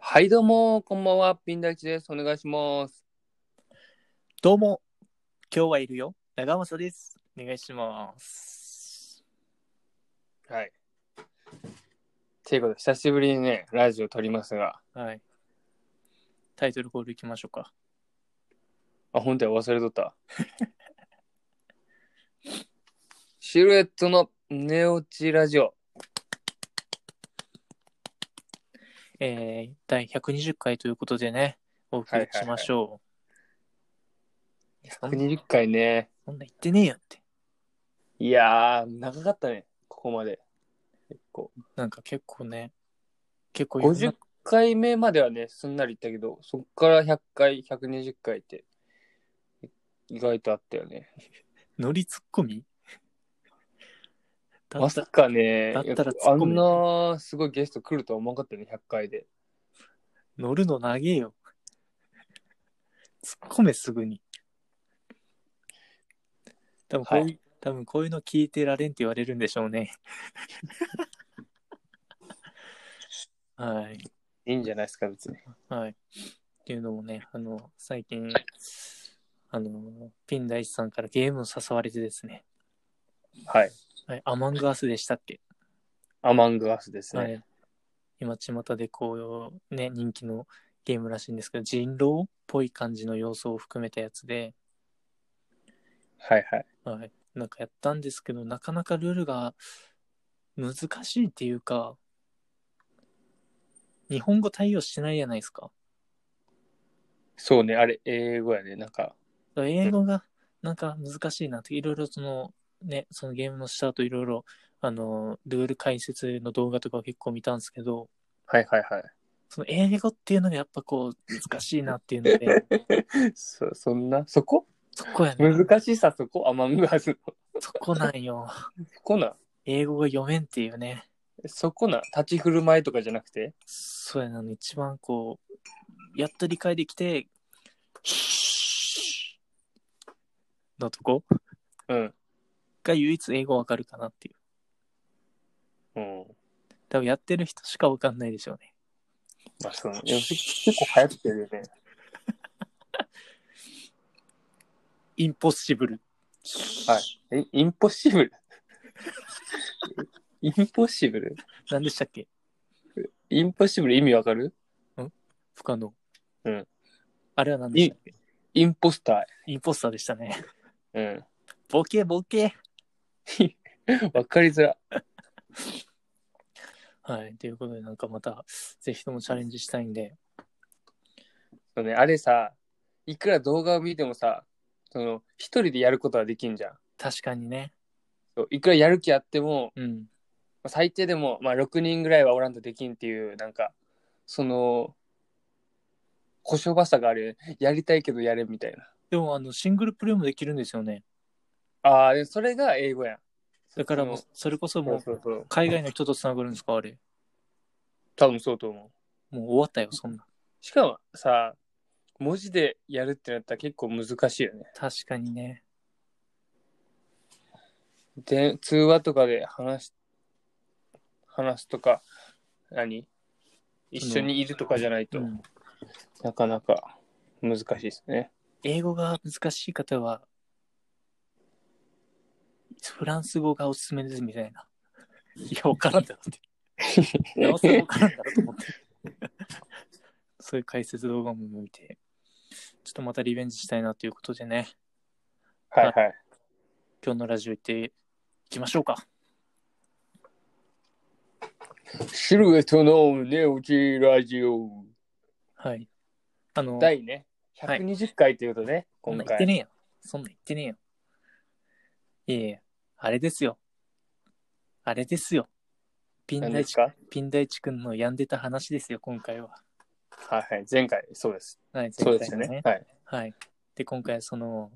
はい、どうも、こんばんは、ピンダイチです。お願いします。どうも、今日はいるよ。長政です。お願いします。はい。ということで、久しぶりにね、ラジオ撮りますが、はい。タイトルコールいきましょうか。あ、本当は忘れとった。 シルエットの寝落ちラジオ。えー、第120回ということでね、お送りしましょう。いやそんな120回ね。そんな言ってねえよって。いやー、長かったね、ここまで。結構。なんか結構ね、結構いろん50な回目まではね、すんなりいったけど、そっから100回、120回って、意外とあったよね。ノリツッコミだまっさたかね、だったらいや突あっ込んむよなすごいゲスト来るとは思わんかったよね、100回で。乗るの長えよ。突っ込めすぐに。多分こういう、は多分こういうの聞いてられんって言われるんでしょうね。はい。いいんじゃないですか、別に。はい。っていうのもね、あの、最近、あの、ピン大地さんからゲームを誘われてですね。はい。はい、アマングアスでしたっけアマングアスですね。 はい。今、巷でこう、ね、人気のゲームらしいんですけど、人狼っぽい感じの要素を含めたやつで、はい、はい、はい、なんかやったんですけど、なかなかルールが難しいっていうか、日本語対応してないじゃないですか。そうね、あれ、英語やね、なんか。だから英語がなんか難しいなって、いろいろその、ね、そのゲームの下といろいろ、あの、ルール解説の動画とか結構見たんですけど、はいはいはい。その英語っていうのがやっぱこう、難しいなっていうので、そ、そんな、そこそこやね、難しさそこアマングアスの。そこなんよ。そこな。英語が読めんっていうね。そこな。立ち振る舞いとかじゃなくて。そうやなの、一番こう、やっと理解できて、シーのとこうん。が唯一英語わかるかなっていうう。ん。多分やってる人しかわかんないでしょうね。まあ、その、でも結構流行ってるよね。インポッシブル。はい。え、インポッシ ブルインポッシブル何でしたっけインポッシブル意味わかる不可能。うん。あれは何でしたっけインポスタインポスターでしたね。ー。うん。ボケボケ。わかりづら。はい。ということで、なんかまた、ぜひともチャレンジしたいんで。そうね、あれさ、いくら動画を見てもさ、その、一人でやることはできんじゃん。確かにね。そういくらやる気あっても、うん。まあ最低でも、まあ、6人ぐらいはおらんとできんっていう、なんか、その、故障ばさがあるよね。やりたいけどやれみたいな。でも、あの、シングルプレイもできるんですよね。ああ、でそれが英語やん。だからもうそ、それこそものう、そうそうそう。海外の人とつながるんですかあれ。多分そうと思う。もう終わったよ、そんな。しかもさ、文字でやるってなったら結構難しいよね。確かにね。で、通話とかで話し、話すとか、何一緒にいるとかじゃないと、うんなかなか難しいですね。英語が難しい方は、フランス語がおすすめですみたいな。いや、わからんだろって。なおさらわからんだろと思って。 そういう解説動画も見て、ちょっとまたリベンジしたいなということでね、 はいはい。今日のラジオ行っていきましょうか。シルエットの寝落ちラジオ。はい。あの、第ね、はい120回ということね、そんな今言って回。ねえよ。そんな言ってねえよ。いえいえ、あれですよ。あれですよ。ピン何ダイですチかピン大地君の病んでた話ですよ、今回は。はいはい。前回、そうです。はい、そうで前す回よのね。。はい。はい。で、今回、その、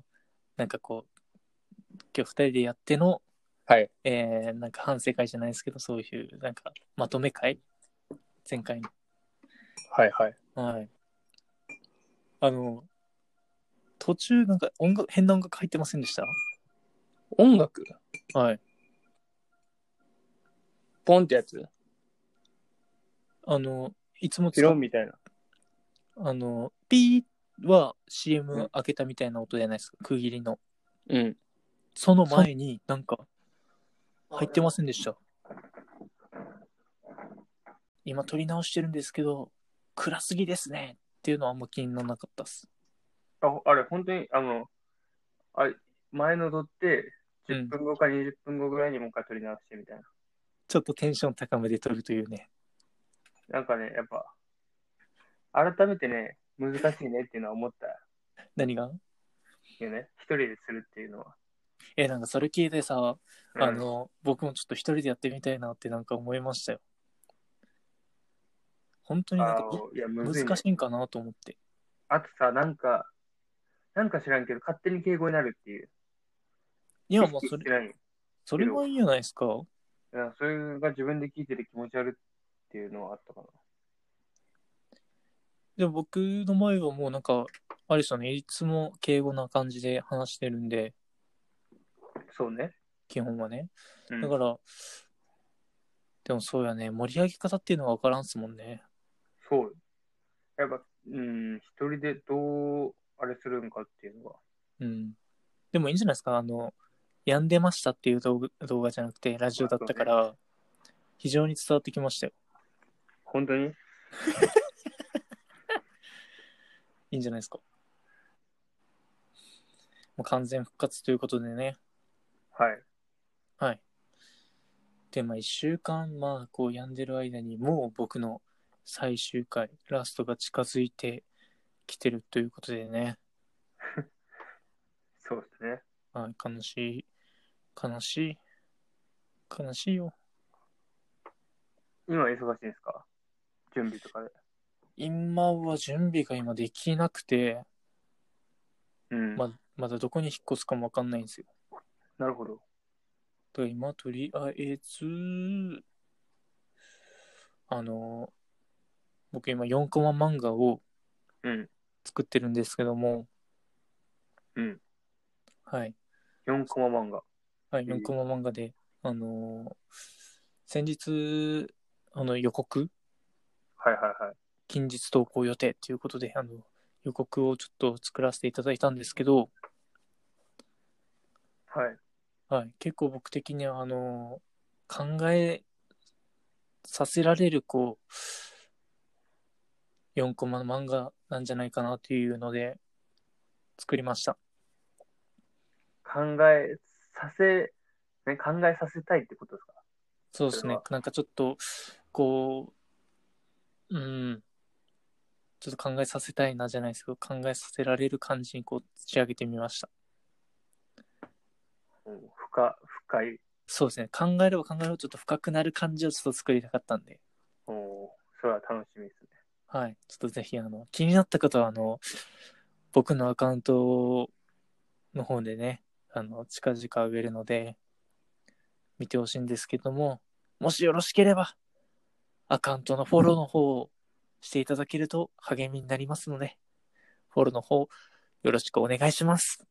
なんかこう、今日二人でやっての、はい。えー、なんか反省会じゃないですけど、そういう、なんか、まとめ会前回の。はいはい。はい。あの、途中、なんか音楽、変な音楽入ってませんでし音楽たはい。ポンってやつあの、いつもピ使ロっンみたいな。あの、ピーは CM うん開けたみたいな音じゃないですか、区切りの。うん。その前になんか入ってませんでした。今撮り直してるんですけど、暗すぎですねっていうのはあんま気にならなかったっす。ああれ、本当に、あの、あれ、前の撮って、う10ん分後か20分後ぐらいにもう一回撮り直してみたいな。ちょっとテンション高めで撮るというね。なんかね、やっぱ、改めてね、難しいねっていうのは思った何がよね。一人でするっていうのは。え、なんかそれ聞いてさ、うんあ、の、僕もちょっと一人でやってみたいなってなんか思いましたよ。本当になんあかのいや、い難しいね難しいんかなと思って。あとさ、なんか、なんか知らんけど、勝手に敬語になるっていう。いや、もうそ意識しれて、ないよそれはいいじゃないですか。うんそれが自分で聞いてて気持ち悪いっていうのはあったかな。でも僕の前はもうなんか、あれですよね、いつも敬語な感じで話してるんで、そうね。基本はね。うんだから、でもそうやね、盛り上げ方っていうのは分からんっすもんね。そう。やっぱ、うん、一人でどう、あれするんかっていうのが。うん。でもいいんじゃないですか、あの、病んでましたっていう動画動画じゃなくて、ラジオだったから、非常に伝わってきましたよ。本当にいいんじゃないですか。もう完全復活ということでね。はい。はい。で、まあ、一週間、まあ、こう、病んでる間に、もう僕の最終回、ラストが近づいてきてるということでね、そうですね。はい、悲しい、悲しい、悲しいよ。今忙しいんですか準備とかで。今は準備が今できなくて、うん。ままだどこに引っ越すかもわかんないんですよ。なるほど。だから今、とりあえず、あの、僕今4コマ漫画をうん。作ってるんですけども、うん。はい。 4コマ漫画。はい、うん4コマ漫画で、あのー先日、あの予告、はいはいはい。近日投稿予定ということで、あの予告をちょっと作らせていただいたんですけど、はい。はい、結構僕的には、あのー考えさせられる、こう、4コマ漫画なんじゃないかなというので、作りました。考えさせ、ね、考えさせたいってことですかそうですそれねは。なんかちょっと、こう、うん、ちょっと考えさせたいなじゃないですけど、考えさせられる感じにこう仕上げてみました。うん深、深い。そうですね。考えれば考えるほどちょっと深くなる感じをちょっと作りたかったんで、おおーそれは楽しみですね。はい。ちょっとぜひ、あの、気になった方は、あの、僕のアカウントの方でね、あの、近々上げるので、見てほしいんですけども、もしよろしければ、アカウントのフォローの方をしていただけると励みになりますので、フォローの方、よろしくお願いします。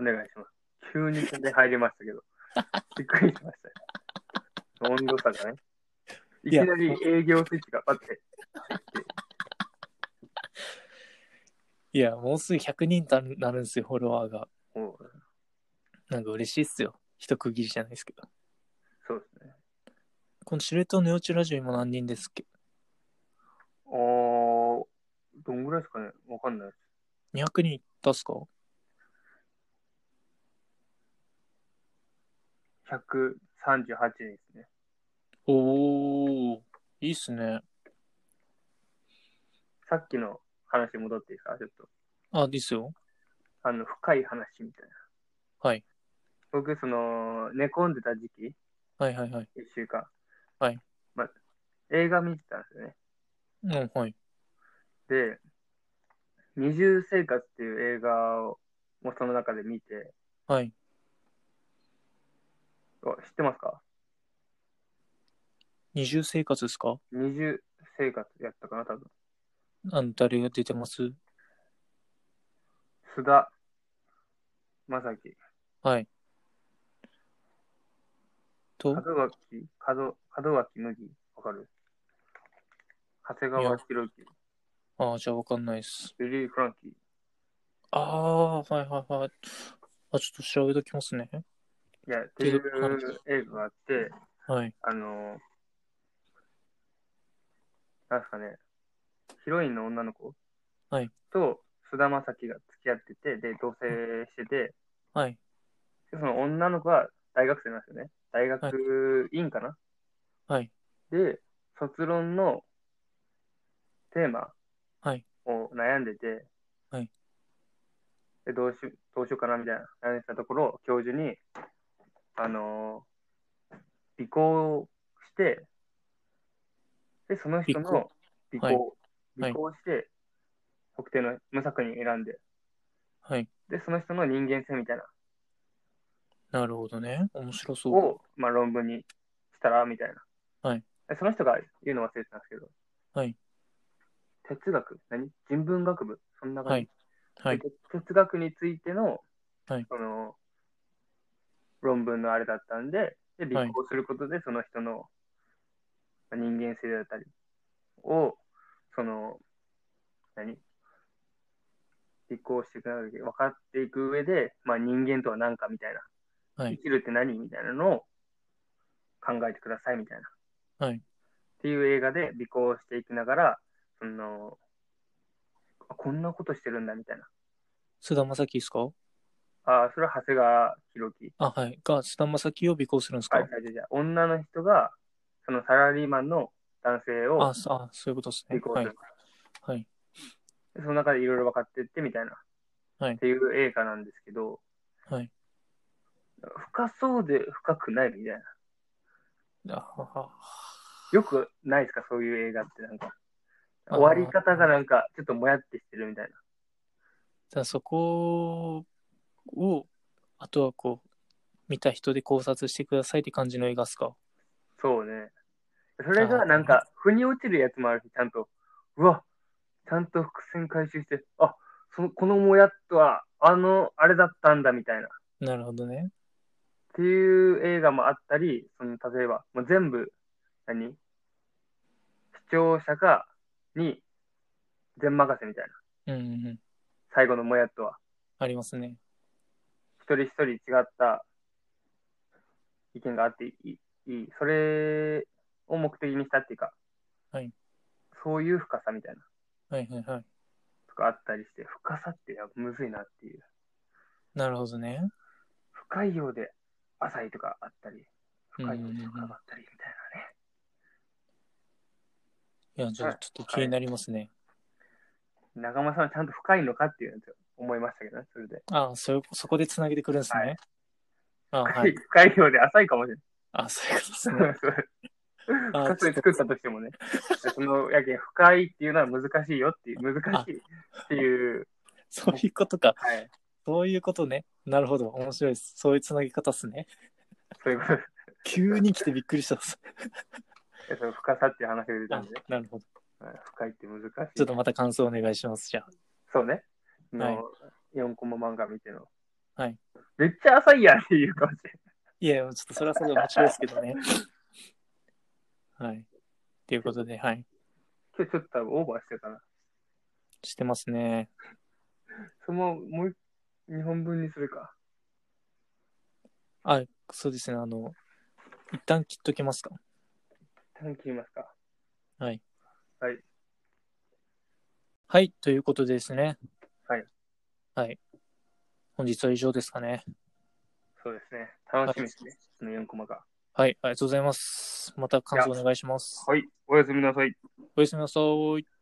お願いします。急に宣伝入りましたけ ど、びっくりしましたよ。温度差がね。いいきやなり営業スイッチがあって、いや、もうすぐ100人となるんですよ、フォロワーが。もうなんか嬉しいっすよ。一区切りじゃないですけど。そうですね。このシルエットの幼稚ラジオ今何人ですっけおー、どんぐらいですかねわかんないです。 200人出すか138人ですね。おお、いいっすね。さっきの話戻っていいですかちょっと。あ、ですよ。あの、深い話みたいな。はい。僕、その、寝込んでた時期、はいはいはい。一週間。はい。ま、映画見てたんですよね。うん、はい。で、二重生活っていう映画を、もうその中で見て、はい。お知ってますか二重生活ですか二重生活やったかな、多分。あの、誰が出てます須田正樹、はい。と、門脇、門門脇麦、わかる長谷川博之、ああ、じゃあわかんないっす。リリー・フランキー。ああ、はいはいはい。あ、ちょっと調べときますね。いや、っていう映画があって、はい。あの、なんすかね、ヒロインの女の子はいと菅田将暉が付き合ってて、で、同棲してて、はい。でその女の子は大学生なんですよね。大学院かな、はい。で、卒論のテーマはいを悩んでて、はいでどうしどうしようかなみたいな悩んでたところ、教授に、あのー、尾行して、で、その人の尾行はい行、尾行はいして、特定の無作品選んで、はい。で、その人の人間性みたいななるほどね。面白そう。を、まあ、論文にしたらみたいな、はいでその人が言うの忘れてたんですけど、はい哲学何人文学部そんな感じ、はい。で哲学についての,、はいその論文のあれだったんででは立い候することでその人のまあ人間性だったりをその何立候していく中で分かっていく上で、まあ、人間とは何かみたいなはい生。きるって何みたいなのを考えてくださいみたいな。はいっていう映画で尾行していきながら、そのあこんなことしてるんだみたいな。菅田将暉ですかああ、それは長谷川博己。あ、はい。が、菅田将暉を尾行するんですか、はい、はい、じゃあ女の人が、そのサラリーマンの男性をあそあ、そういうことですね尾。行はすいる。。はい。でその中でいろいろ分かっていってみたいな。はいっていう映画なんですけど、はい。深そうで深くないみたいな。あはよくないですか、そういう映画ってなんか。あー終わり方がなんか、ちょっともやってしてるみたいな。だそこを、あとはこう、見た人で考察してくださいって感じの映画ですかそうね。それがなんか、腑に落ちるやつもあるし、ちゃんと、うわ、ちゃんと伏線回収して、あ、その、このもやっとは、あの、あれだったんだみたいな。っなるほどね。ていう映画もあったり、その、例えば、もう全部、何視聴者が、に、全任せみたいな。うんうんうん。最後のもやっとは。ありますね。一人一人違った意見があっていいいいそれを目的にしたっていうか、はいそういう深さみたいなはいはいはい。とかあったりして深さってやっぱむずいなっていうなるほどね。深いようで浅いとかあったり深いようで深かったりみたいなねいや、じゃあちょっと気になりますね。長間さんはちゃんと深いのかっていうのを思いましたけどねそれであそれそこでつなげてくるんですね。 あ深い,、 はい。深いようで浅いかもしれないあそういうことですね。 あ深くちょっと作ったとしてもね、そのやけん深いっていうのは難しいよっていう、難しいっていう、そういうことか。はい、そういうことね。なるほど。面白いです。そういうつなげ方っすね。そういうことです急に来てびっくりしたっす。いやその深さっていう話が出たあんでね、 なるほど。はい深いって難しい。ちょっとまた感想お願いします。じゃあ。そうね。はいの4コマ漫画見ての。はい。めっちゃ浅いやんっていうかもしれいや、ちょっとそれはそれで面白いですけどね。 はい。ということで、はい。ない。今日ちょっと多分オーバーしてたな。してますね。そのもう2本分にするか。あ、そうですね。あの、一旦切っときますか。一旦切りますか。はい。はい。はい、ということでですね。はい。はい。本日は以上ですかね。そうですね。楽しみですね。その4コマが。はい、ありがとうございます。また感想お願いします。はい。おやすみなさい。おやすみなさい。